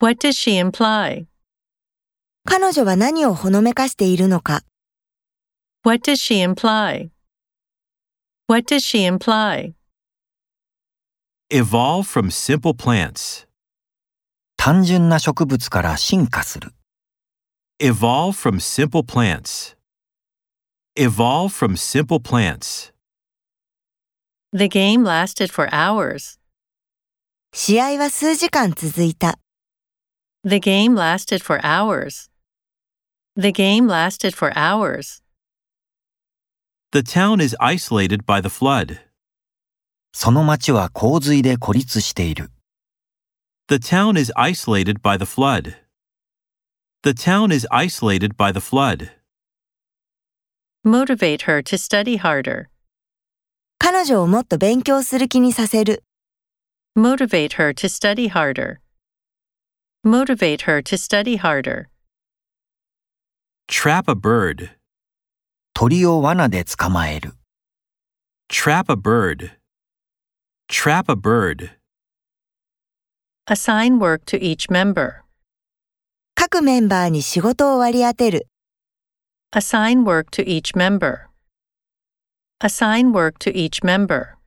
What does she imply? 彼女は何をほのめかしているのか、 What does she imply? What does she imply? Evolve from simple plants. 単純な植物から進化する。 Evolve from simple plants. Evolve from simple plants. The game lasted for hours. 試合は数時間続いた。 The game lasted for hours. The game lasted for hours. The town is isolated by the flood. その町は洪水で孤立している。 The town is isolated by the flood. The town is isolated by the flood. Motivate her to study harder. 彼女をもっと勉強する気にさせる。 Motivate her to study harder. Motivate her to study harder. Trap a bird. 鳥を罠で捕まえる。 Trap a bird. Trap a bird. Assign work to each member. 各メンバーに仕事を割り当てる。 Assign work to each member. Assign work to each member.